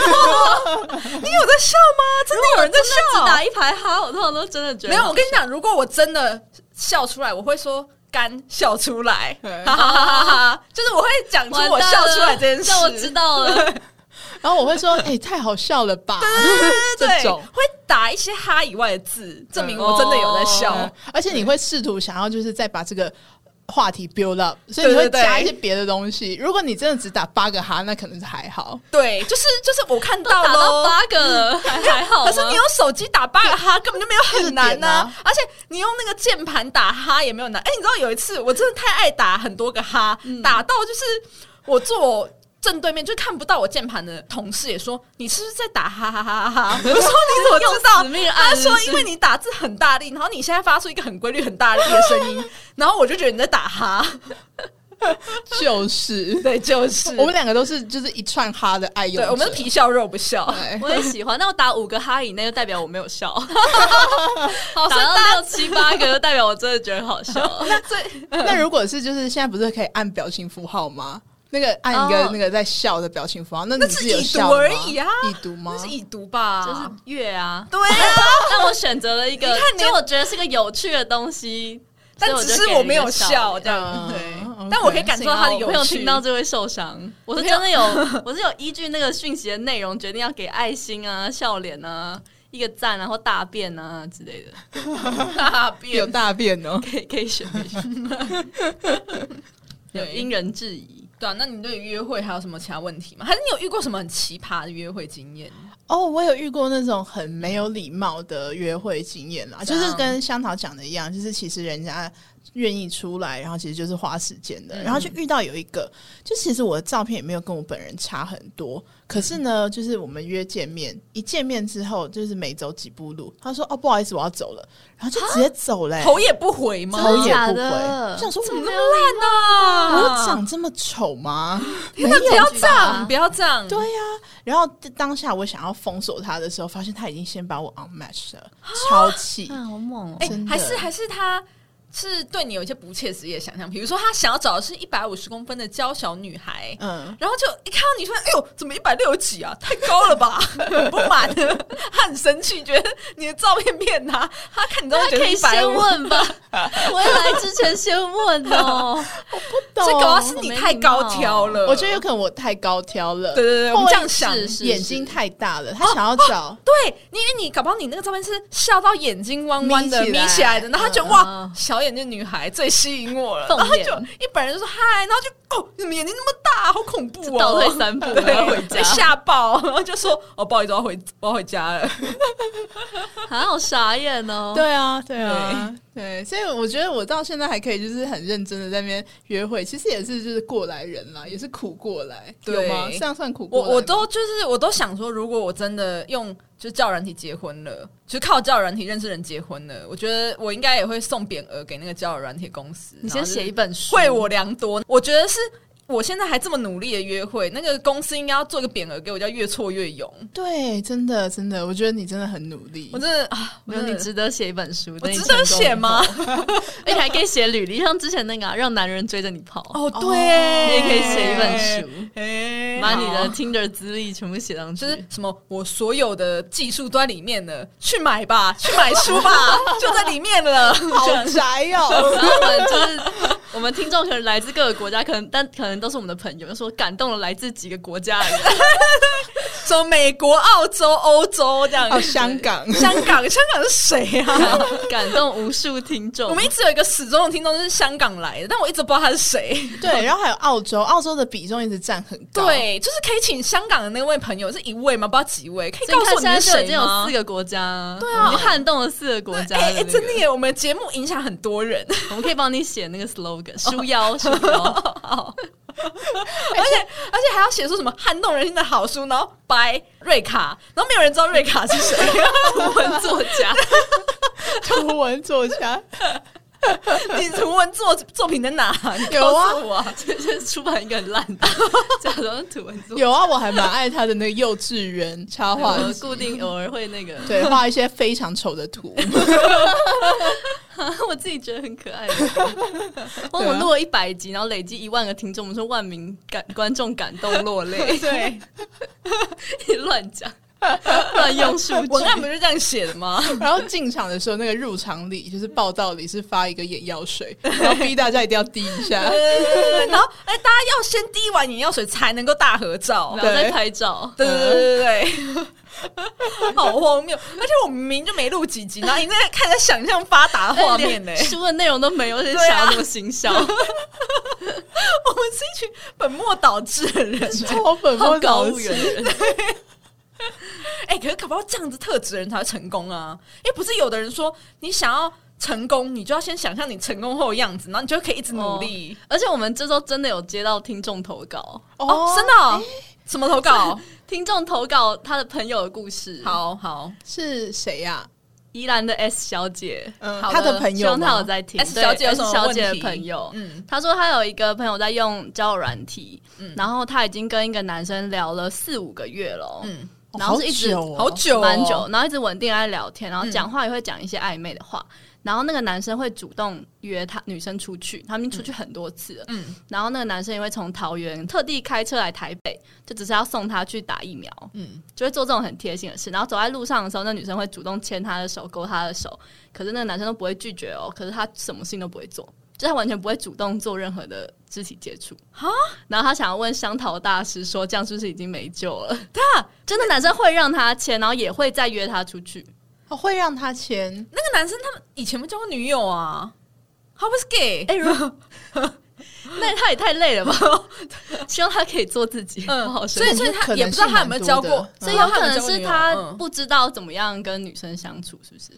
S1: 你有在笑吗？真的有人在
S2: 真的只
S1: 笑？
S2: 打一排哈，我通常都真的觉得
S1: 没有，我跟你讲，如果我真的笑出来，我会说干笑出 来，哈哈哈哈哈，就是我会讲出
S2: 完蛋了
S1: 我笑出来这 件事，
S2: 让我知道了。
S3: 然后我会说：“哎、太好笑了吧！”
S1: 对
S3: 这种。
S1: 会打一些哈以外的字，证明我真的有在笑。
S2: 哦
S3: 嗯而且你会试图想要就是再把这个话题 build up，所以你
S1: 对对
S3: 会
S1: 对
S3: 加一些别的东西。如果你真的只打八个哈，那可能是还 好。
S1: 对，就是就是我看到
S2: 打到
S1: 了。
S2: 八个了，还还好吗。
S1: 可
S2: 啊
S1: 是你用手机打八个哈，根本就没有很难呐、
S3: 就是点啊
S1: 而且你用那个键盘打哈也没有难。哎、你知道有一次我真的太爱打很多个哈，
S2: 嗯
S1: 打到就是我坐正对面就看不到我键盘的同事也说你是不是在打哈哈哈哈 哈？我说你怎么知道？
S2: 死命
S1: 他
S2: 按
S1: 说：“
S2: 是
S1: 因
S2: 不
S1: 为
S2: 是
S1: 你打字很大力，然后你现在发出一个很规律、很大力的声 音，然后我就觉得你在打哈。
S3: 就是”
S1: 对，就是
S3: 我们两个都是就是一串哈的爱用
S1: 对，
S3: 者。
S1: 我们是皮笑肉不笑。
S3: 对
S2: 我也喜欢，但我打五个哈以内就代表我没有 笑，
S1: 好，所
S2: 打
S1: 以
S2: 到
S1: 大
S2: 六七八个就代表我真的觉得好 笑。
S1: 家最
S3: 那如果是就是现在不是可以按表情符号吗？那个按一个
S2: 哦
S3: 那个在笑的表情符号，那
S1: 啊那
S3: 你
S1: 是
S3: 有
S1: 已读
S3: 笑的
S1: 而
S3: 吗
S1: 已啊
S3: 已读吗
S1: 那？是已读吧？
S2: 就是月 啊，
S1: 对啊，
S2: 但我选择了一个
S1: 你看，你
S2: 就我觉得是个有趣的东西，
S1: 但
S2: 所以
S1: 只
S2: 就是给
S1: 我
S2: 了一
S1: 没
S2: 个
S1: 有
S2: 笑
S1: 笑这样，
S3: 嗯
S1: 对
S3: ，OK。
S1: 啊但我可以感受到他的
S2: 有
S1: 有
S2: 朋友
S1: 趣
S2: 听。到就会受伤。 我是
S1: 没有
S2: 真的有，我是有依据那个讯息的内容决定要给爱心啊、笑脸啊、一个赞啊或大便啊之类的，
S1: 大
S3: 有
S1: 便，
S3: 大便哦。
S2: 可以可以选，可以选 有因人制宜。
S1: 对啊。那你对于约会还有什么其他问题吗？还是你有遇过什么很奇葩的约会经验？
S3: 哦，我有遇过那种很没有礼貌的约会经验啦，
S1: 怎
S3: 就
S1: 样
S3: 是跟香桃讲的一样，就是其实人家愿意出来，然后其实就是花时间的，
S1: 嗯
S3: 然后就遇到有一个，就其实我的照片也没有跟我本人差很多，可是
S2: 嗯
S3: 呢，就是我们约见面，一见面之后就是没走几步路，他说哦不好意思我要走了，然后就直接走嘞、
S1: 哎头也不回吗？
S3: 头也
S2: 假
S3: 不
S2: 的
S3: 回，就想说
S2: 这
S3: 我
S2: 么
S3: 那
S2: 没
S3: 么
S2: 有礼貌
S1: 啊
S3: 我长这么丑吗？没
S1: 那不要啊
S2: 举
S1: 这样，
S2: 吧
S1: 不要这样。
S3: 对呀、然后当下我想要封锁他的时候，发现他已经先把我 unmatch 了，超气！
S2: 啊，好猛哦！
S1: 哎
S3: 真，的
S1: 还是还是他。是对你有一些不切实际的想象，比如说他想要找的是一百五十公分的娇小女孩，
S3: 嗯，
S1: 然后就一看到你说：“哎呦，怎么一百六几啊？太高了吧！” 很不满，他很生气，觉得你的照片骗他，他看你照
S2: 大
S1: 片觉
S2: 家可
S1: 得
S2: 以
S1: 一百
S2: 先
S1: 五，
S2: 问 吧，我要来之前先问哦。
S1: 所以搞不好是
S2: 懂
S1: 你太高挑了。
S3: 我觉得有可能我太高挑了，
S1: 对对对，我们这样想，
S2: 是是
S3: 眼睛太大了，
S1: 哦
S3: 他想要找。
S1: 对，因为你搞不好你那个照片是笑到眼睛弯弯的、
S3: 眯起来
S1: 眯起来的，然后他觉得
S2: 嗯
S1: 哇
S2: 嗯，
S1: 小眼睛女孩最吸引我了，
S2: 凤
S1: 然后他
S2: 眼
S1: 就一本人就说嗨，然后就哦，你怎么眼睛那么大啊，好恐怖哦！
S2: 倒退三步然后回
S1: 对，
S2: 家
S1: 被吓爆，然后就说哦，不好意思，我要回我要回家了。
S2: 啊，好傻眼哦。
S3: 对啊，对啊，对，所以我觉得我到现在还可以，就是很认真的在那边约会，其实也是就是过来人啦，也是苦过来，
S1: 对
S3: 有吗？这样算苦过
S1: 我
S3: 来吗
S1: 我都就是我都想说，如果我真的用就是教软体结婚了，就是靠教软体认识人结婚了，我觉得我应该也会送匾额给那个教软体公司。
S2: 你先写一
S1: 一
S2: 本书，
S1: 惠我良多，我觉得是。我现在还这么努力的约会，那个公司应该要做一个匾额给我，叫越挫越勇。
S3: 对，真的真的，我觉得你真的很努力
S1: 我。真的啊，我
S2: 没有，
S1: 真
S2: 你
S1: 的
S2: 值得写一本书，
S1: 我
S2: 等你
S1: 值得
S2: 成功
S1: 写吗
S2: 以？后？ 而且还可以写履历，像之前那个、啊、让男人追着你跑，
S1: 哦，对，
S3: 你
S2: 也可以写一本书
S1: 哎，
S2: 把你
S1: 好
S2: 的 Tinder 资历全部写上去，
S1: 就是什么，我所有的技术都在里面了，去买吧，去买书 吧，就在里面了。
S3: 好宅哦！
S2: 然后我们就是我们听众可能来自各个国家，可能但可能都是我们的朋友，就说感动了来自几个国家 的人，
S1: 什么美国、澳洲、欧洲这样
S2: 哦
S3: 还有，香港，
S1: 香港，香港是谁 啊？
S2: 感感动无数听众。
S1: 我们一直有一个始终的听众是香港来的，但我一直不知道他是谁。
S3: 对，然后还有澳洲，澳洲的比重一直占很高。，
S1: 对，就是可以请香港的那位朋友是一位吗？不知道几位，可以
S2: 所以
S1: 告
S2: 你
S1: 诉
S2: 看
S1: 我
S2: 现
S1: 你
S2: 在
S1: 是
S2: 就已
S1: 谁
S2: 经有
S1: 吗
S2: 四？个国家，
S1: 对啊
S2: 我们撼动了四个国
S1: 对
S2: 家
S1: 哎
S2: 的那
S1: 哎，
S2: 个
S1: 真的耶！我们的节目影响很多 人，
S2: 我们可以帮你写那个 slogan，束腰束腰，
S1: 而且还要写出什么撼动人心的好书，然后白瑞卡，然后没有人知道瑞卡是谁，
S2: 图文作 家。
S3: 图文作家
S1: 你图文作作品在哪？你
S3: 有啊
S1: 告诉我啊，
S2: 就是出版一个很烂的，假装图文作。
S3: 有啊，我还蛮爱他的那个幼稚园插画
S2: 我
S3: 集，
S2: 固定偶尔会那个，
S3: 对，画一些非常丑的图。
S2: 我自己觉得很可爱的。
S1: 啊
S2: 我们录了一百集，然后累积一万个听众，我们说万名感观众感动落泪，
S1: 对，
S2: 乱讲，乱用数
S1: 文
S2: 据。
S1: 案不是这样写的吗？
S3: 然后进场的时候，那个入场礼就是报道礼是发一个眼药水，然后逼大家一定要滴一下。
S1: 对，然后哎，大家要先滴完眼药水才能够大合照
S2: 然后。再拍照，
S1: 对对对对对，好荒谬！而且我明明就没录几集，然后你在看着想象发达的画面呢、
S2: 而且连 书的内容都没有，而且
S1: 对啊
S2: 想要怎么行销，
S1: 我们是一群本末倒置的人。
S3: 超粉
S2: 好高
S3: 末导
S2: 骛远
S3: 师，
S2: 的人。
S1: 哎、可是可不要这样子特质的人才会成功啊！因为不是有的人说，你想要成功，你就要先想象你成功后的样子，然后你就可以一直努力。
S2: 而且我们这周真的有接到听众投稿，
S1: 哦，真的哦、什么投稿？
S2: 听众投稿他的朋友的故事。，
S1: 好好
S3: 是谁啊呀？
S2: 宜兰的 S 小姐，
S3: 嗯，
S1: 好
S3: 他
S1: 的
S3: 的朋
S2: 希
S3: 友
S2: 望她
S3: 吗
S2: 有在听。
S1: ，S
S2: 对
S1: 小姐有
S2: S
S1: 什么
S2: 小
S1: 问
S2: 姐的
S1: 题
S2: 朋友，
S1: 嗯，
S2: 她说她有一个朋友在用交友软体，
S1: 嗯
S2: 然后她已经跟一个男生聊了四五个月了，
S1: 嗯，
S3: 哦
S2: 然后是一直
S3: 好久哦
S1: 好久、哦，
S2: 蛮久，然后一直稳定地在聊天，然后
S1: 嗯
S2: 讲话也会讲一些暧昧的话。然后那个男生会主动约他女生出去，他们已经出去很多次了。
S1: 嗯
S2: 然后那个男生也会从桃园特地开车来台北，就只是要送她去打疫苗，
S1: 嗯，
S2: 就会做这种很贴心的事。然后走在路上的时候，那女生会主动牵他的手，勾他的手，可是那个男生都不会拒绝哦。可是他什么事情都不会做，就他完全不会主动做任何的肢体接触。
S1: 啊！
S2: 然后他想要问香桃大师说，这样是不是已经没救了？
S1: 他
S2: 真的男生会让他签，然后也会再约他 出去。
S3: 哦会让他签，
S1: 那个男生他们以前不交过女友啊，他不是 gay，、
S2: 哎、如那他也太累了吧？ 希望他可以做自己，好好
S1: 嗯，所
S2: 生活。
S1: 以所以
S3: 可
S1: 他
S3: 能
S1: 也不知道他有没有交
S3: 是蛮
S1: 过
S3: 多，的
S2: 所以有可
S1: 他有
S2: 能
S1: 没有交过
S2: 是
S1: 女友
S2: 他
S1: 嗯
S2: 不知道怎么样跟女生相处，是不是？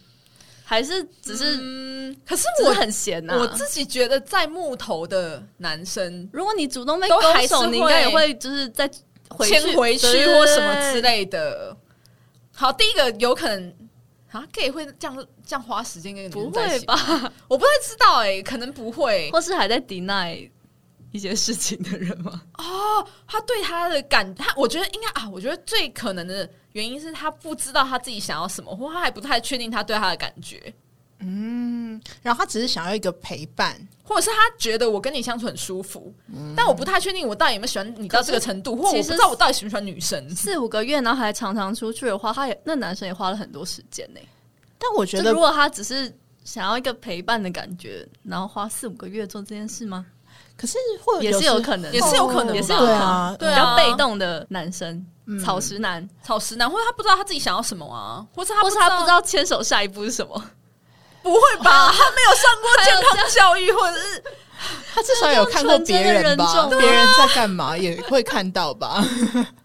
S2: 还是只是、
S1: 嗯，可是
S2: 只是
S1: 我
S2: 很闲啊呐、
S1: 我自己觉得在木头的男生
S2: 如果你主动被
S1: 都
S2: 勾
S1: 还是
S2: 手，
S1: 会
S2: 你应该也会就是再回去
S1: 牵回去
S2: 对对对
S1: 或什么之类的。好，第一个有可能啊，gay 会这样这样花时间跟你
S2: 不会吧？
S1: 我不太知道哎、可能不会。
S2: 或是还在 deny 一些事情的人吗？
S1: 他对他的感，他我觉得应该啊，我觉得最可能的原因是他不知道他自己想要什么，或他还不太确定他对他的感觉，
S3: 嗯，然后他只是想要一个陪伴，
S1: 或者是他觉得我跟你相处很舒服，
S2: 嗯
S1: 但我不太确定我到底有没有喜欢你到这个程度，或我
S2: 其
S1: 不
S2: 实
S1: 知道我到底喜不喜欢女生。
S2: 四五个月，然后还常常出去的话，他也那男生也花了很多时间呢、
S3: 但我觉
S2: 就
S3: 得
S2: 如果他只是想要一个陪伴的感觉，然后花四五个月做这件事吗？
S3: 可是会
S2: 也是
S3: 有
S2: 呃有
S3: 时哦
S2: 可能，
S1: 也是有可能吧
S2: 也是有可
S3: 对
S2: 能
S3: 啊。
S1: 对
S2: 比
S1: 啊，
S2: 较被动的男生，草食男，
S1: 草食男，或者他不知道他自己想要什么啊，或是他不
S2: 或是
S1: 知
S2: 他不知
S1: 道
S2: 道牵手下一步是什么，
S1: 不会吧？他没有上过健康教育，或者是
S3: 他至少有看过别人
S2: 这
S3: 吧
S2: 样纯真的人，种
S3: 别人在干嘛也会看到吧。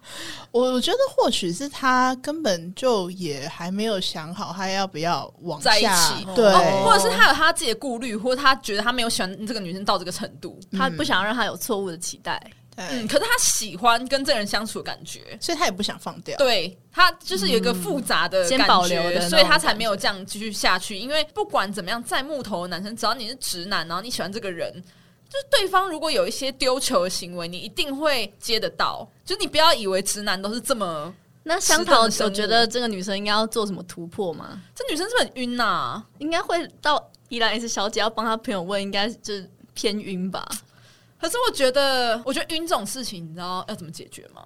S3: 我觉得或许是他根本就也还没有想好，他要不要往下
S1: 在一起
S3: 对、
S1: 哦，或者是他有他自己的顾虑，或者他觉得他没有喜欢这个女生到这个程度。
S2: 他不想让他有错误的期待。
S3: 对，
S1: 嗯，可是他喜欢跟这个人相处的感觉，
S3: 所以他也不想放掉。
S1: 对他就是有一个复杂的
S2: 嗯先
S1: 感
S2: 保
S1: 觉，
S2: 留的那种
S1: 所以他才没有这样继续下去。因为不管怎么样，再木头的男生，只要你是直男，然后你喜欢这个人，就是对方如果有一些丢球的行为，你一定会接得到。就是你不要以为直男都是这么，
S2: 那香桃，
S1: 吃顿生
S2: 我
S1: 物
S2: 觉得这个女生应该要做什么突破吗？
S1: 这女生是不是很晕呐、
S2: 应该会到依兰 S 小姐要帮她朋友问，应该就是偏晕吧？
S1: 可是我觉得，我觉得晕这种事情，你知道要怎么解决吗？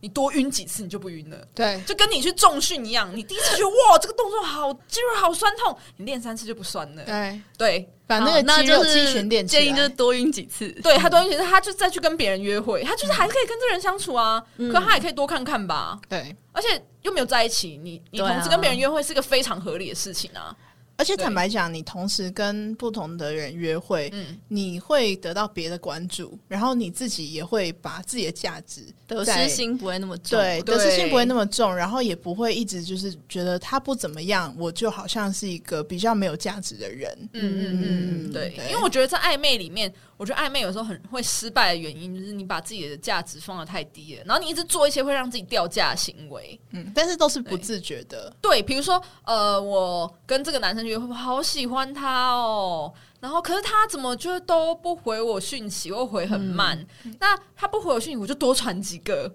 S1: 你多晕几次，你就不晕了。
S3: 对，
S1: 就跟你去重训一样，你第一次觉得哇，这个动作好肌肉好酸痛，你练三次就不酸了。
S3: 对，
S1: 对
S3: 把那
S2: 好
S3: 个肌肉
S2: 就是
S3: 肌群练起
S2: 建议就是
S3: 来。
S2: 多晕几次。
S3: 嗯
S1: 对，他东西他就再去跟别人约会，他就是还可以跟这个人相处啊，
S3: 嗯
S1: 可他也可以多看看吧。
S3: 对，
S1: 而且又没有在一起，你你
S2: 对啊
S1: 同时跟别人约会是个非常合理的事情啊。
S3: 而且
S1: 对
S3: 坦白讲，你同时跟不同的人约会，
S1: 嗯，
S3: 你会得到别的关注，然后你自己也会把自己的价值
S2: 得
S3: 在
S2: 失心不会那么重。
S3: 对，
S1: 对
S3: 得失心不会那么重，然后也不会一直就是觉得他不怎么样，我就好像是一个比较没有价值的人。
S1: 嗯嗯嗯，
S3: 嗯
S1: 对，
S3: 对
S1: 因为我觉得在暧昧里面，我觉得暧昧有时候很会失败的原因，就是你把自己的价值放的太低了，然后你一直做一些会让自己掉价的行为。
S3: 嗯，但是都是不
S1: 对
S3: 自觉的。
S1: 对，比如说，呃，我跟这个男生约会，我好喜欢他哦，然后可是他怎么就都不回我讯息，又回很慢，那他不回我讯息，我就多传几个。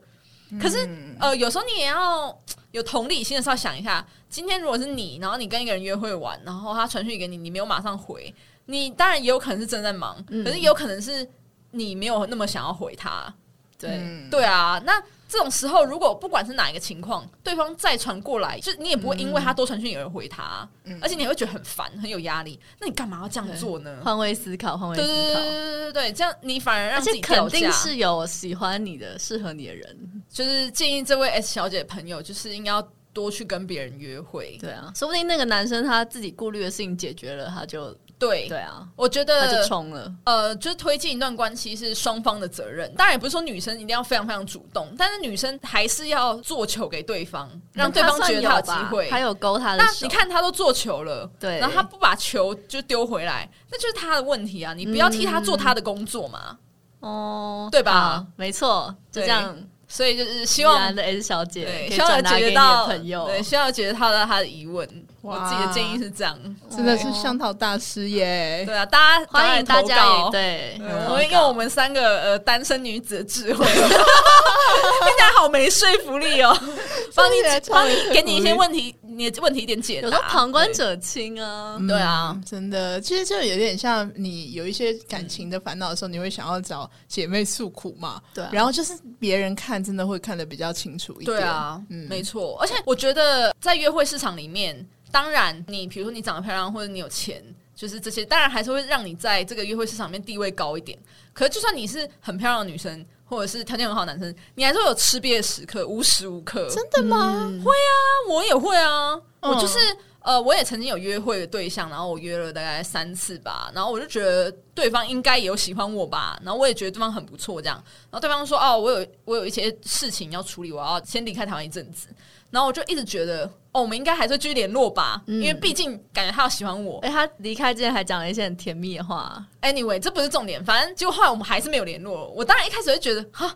S1: 可是，呃，有时候你也要有同理心的时候想一下，今天如果是你，然后你跟一个人约会完，然后他传讯息给你，你没有马上回，你当然也有可能是真的在忙，
S2: 嗯
S1: 可是也有可能是你没有那么想要回他。
S2: 对
S3: 嗯
S1: 对啊，那这种时候，如果不管是哪一个情况，对方再传过来，就你也不会因为他多传讯息而回他，
S3: 嗯
S1: 而且你也会觉得很烦，很有压力。那你干嘛要这样做呢？
S2: 换位思考，换位
S1: 对对
S2: 思
S1: 对
S2: 考。
S1: 对对对，这样你反而
S2: 而
S1: 让自
S2: 且
S1: 己掉
S2: 肯
S1: 价
S2: 定。是有喜欢你的、适合你的
S3: 嗯
S2: 人，
S1: 就是建议这位 S 小姐的朋友，就是应该要多去跟别人约会。
S2: 对啊，说不定那个男生他自己顾虑的事情解决了，他就
S1: 对，
S2: 对啊，
S1: 我觉
S2: 他就
S1: 得
S2: 冲了。
S1: 呃，就是推进一段关系是双方的责任，当然也不是说女生一定要非常非常主动，但是女生还是要做球给对方，让对方觉得
S2: 他
S1: 有机会。
S2: 他有勾他的
S1: 那
S2: 手
S1: 你，看他都做球了，
S2: 对
S1: 然后他不把球就丢回来，那就是他的问题啊！你不要替他做他的工作
S2: 嗯
S1: 嘛。
S2: 哦，
S1: 对吧
S2: 好？没错，就
S1: 对
S2: 这样。
S1: 所以就是希
S2: 依
S1: 望
S2: 然的 S 小姐
S1: 对，
S2: 可以
S1: 希望有
S2: 转达
S1: 解
S2: 给
S1: 决
S2: 你的
S1: 到
S2: 朋友。
S1: 对，希望有解决到他的疑问。我
S3: 哇
S1: 自己的建议是这样，
S3: 真的是香桃大师耶！
S1: 哦对啊，大家
S2: 欢迎大家也
S1: 也。
S2: 对，
S1: 对啊
S2: 嗯
S1: 我们用我们三个呃单身女子的智 慧，听起来好没说服力哦。帮你
S3: 真的超
S1: 帮
S3: 没
S1: 你
S3: 说服
S1: 给你一些
S3: 力
S1: 问题，你的问题一点解答。
S2: 有时候旁观者清啊，
S3: 嗯
S1: 对啊，嗯
S3: 真的，其实就有点像你有一些感情的烦恼的时候，你会想要找姐妹诉苦嘛。
S2: 对啊
S3: 然后就是别人看，真的会看得比较清楚一点。
S1: 对啊，
S3: 嗯
S1: 没错。而且我觉得在约会市场里面，当然你比如说你长得漂亮或者你有钱，就是这些，当然还是会让你在这个约会市场里面地位高一点。可是就算你是很漂亮的女生，或者是条件很好的男生，你还是会有吃瘪的时刻，无时无刻。
S3: 真的吗？
S1: 那我也会啊，
S3: 嗯
S1: 我就是。呃，我也曾经有约会的对象，然后我约了大概三次吧，然后我就觉得对方应该也有喜欢我吧，然后我也觉得对方很不错，这样，然后对方说哦，我有我有一些事情要处理，我要先离开台湾一阵子，然后我就一直觉得哦，我们应该还是会继续联络吧，因为毕竟感觉他要喜欢我。
S2: 哎，他离开之前还讲了一些很甜蜜的话，
S1: Anyway，这不是重点，反正结果后来我们还是没有联络。我当然一开始会觉得哈，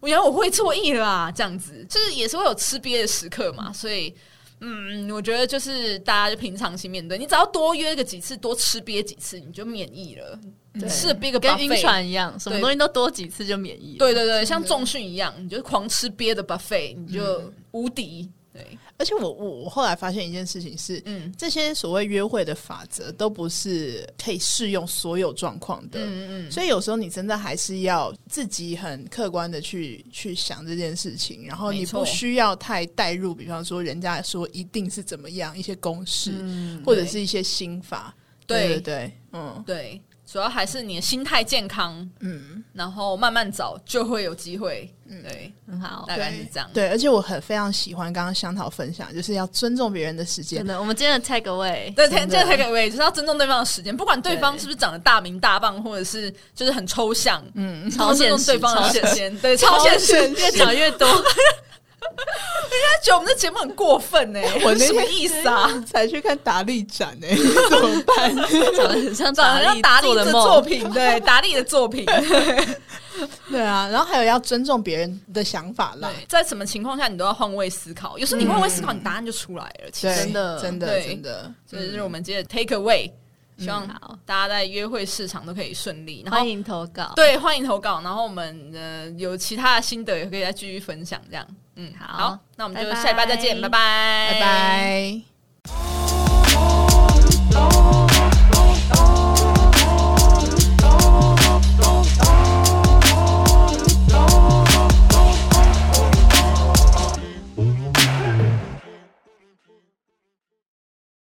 S1: 我原来我会错意了啊，这样子就是也是会有吃瘪的时刻嘛，所以。嗯，我觉得就是大家就平常心面对，你只要多约个几次，多吃瘪几次，你就免疫了。
S2: 对
S1: 是憋个
S2: 跟
S1: buffet
S2: 晕船一样，什么
S1: 对
S2: 东西都多几次就免疫了。
S1: 对对对，像重训一样，你就狂吃瘪的 buffet，你
S2: 嗯
S1: 就无敌。对，
S3: 而且我我我后来发现一件事情是，
S1: 嗯
S3: 这些所谓约会的法则都不是可以适用所有状况的。
S1: 嗯嗯
S3: 所以有时候你真的还是要自己很客观的去去想这件事情，然后你
S1: 没错
S3: 不需要太带入，比方说人家说一定是怎么样一些公式、
S1: 嗯，
S3: 或者是一些心法，
S1: 对
S3: 对对，嗯，
S1: 对，主要还是你的心态健康，
S3: 嗯，
S1: 然后慢慢找就会有机会。
S2: 嗯
S1: 对，
S2: 很好。
S1: 大概是这样。
S3: 对，而且我很非常喜欢刚刚香桃分享，就是要尊重别人的时间
S2: 真。的，我们今天的 take away，
S1: 对，
S3: 真
S1: 这
S3: 的
S1: 这才给位，就是要尊重对方的时间，不管对
S2: 对
S1: 方是不是长得大名大棒，或者是就是很抽象，嗯，
S2: 超
S1: 尊
S2: 现
S1: 重
S2: 实
S1: 对方
S2: 超
S1: 的
S2: 现
S1: 时间，对，超现实。 人
S2: 越讲越多。
S1: 家觉得我们的节目很过分呢，
S3: 我 那
S1: 什么
S3: 天
S1: 意思啊？
S3: 才去看达利展欸呢、怎么办？
S2: 长得很 像
S1: 长得像达利
S2: 做
S1: 的
S2: 的
S1: 作
S2: 梦，
S1: 品，对，达利的作 品。
S3: 对啊，然后还有要尊重别人的想法啦。
S1: 对，在什么情况下你都要换位思考，有时候你换位
S2: 嗯
S1: 思考，你答案就出来了。其
S3: 对，
S1: 实，
S2: 真的
S3: 真的，
S1: 对
S3: 真的。
S1: 所以这是我们今天的 take away，希望
S2: 嗯好
S1: 大家在约会市场都可以顺利。然后
S2: 欢迎投稿。
S1: 嗯对，欢迎投稿，然后我们呃有其他的心得也可以再继续分享，这样。嗯，
S2: 好
S1: 好，那我们就
S2: 拜拜
S1: 下礼拜再见，拜拜，
S3: 拜拜。
S4: Oh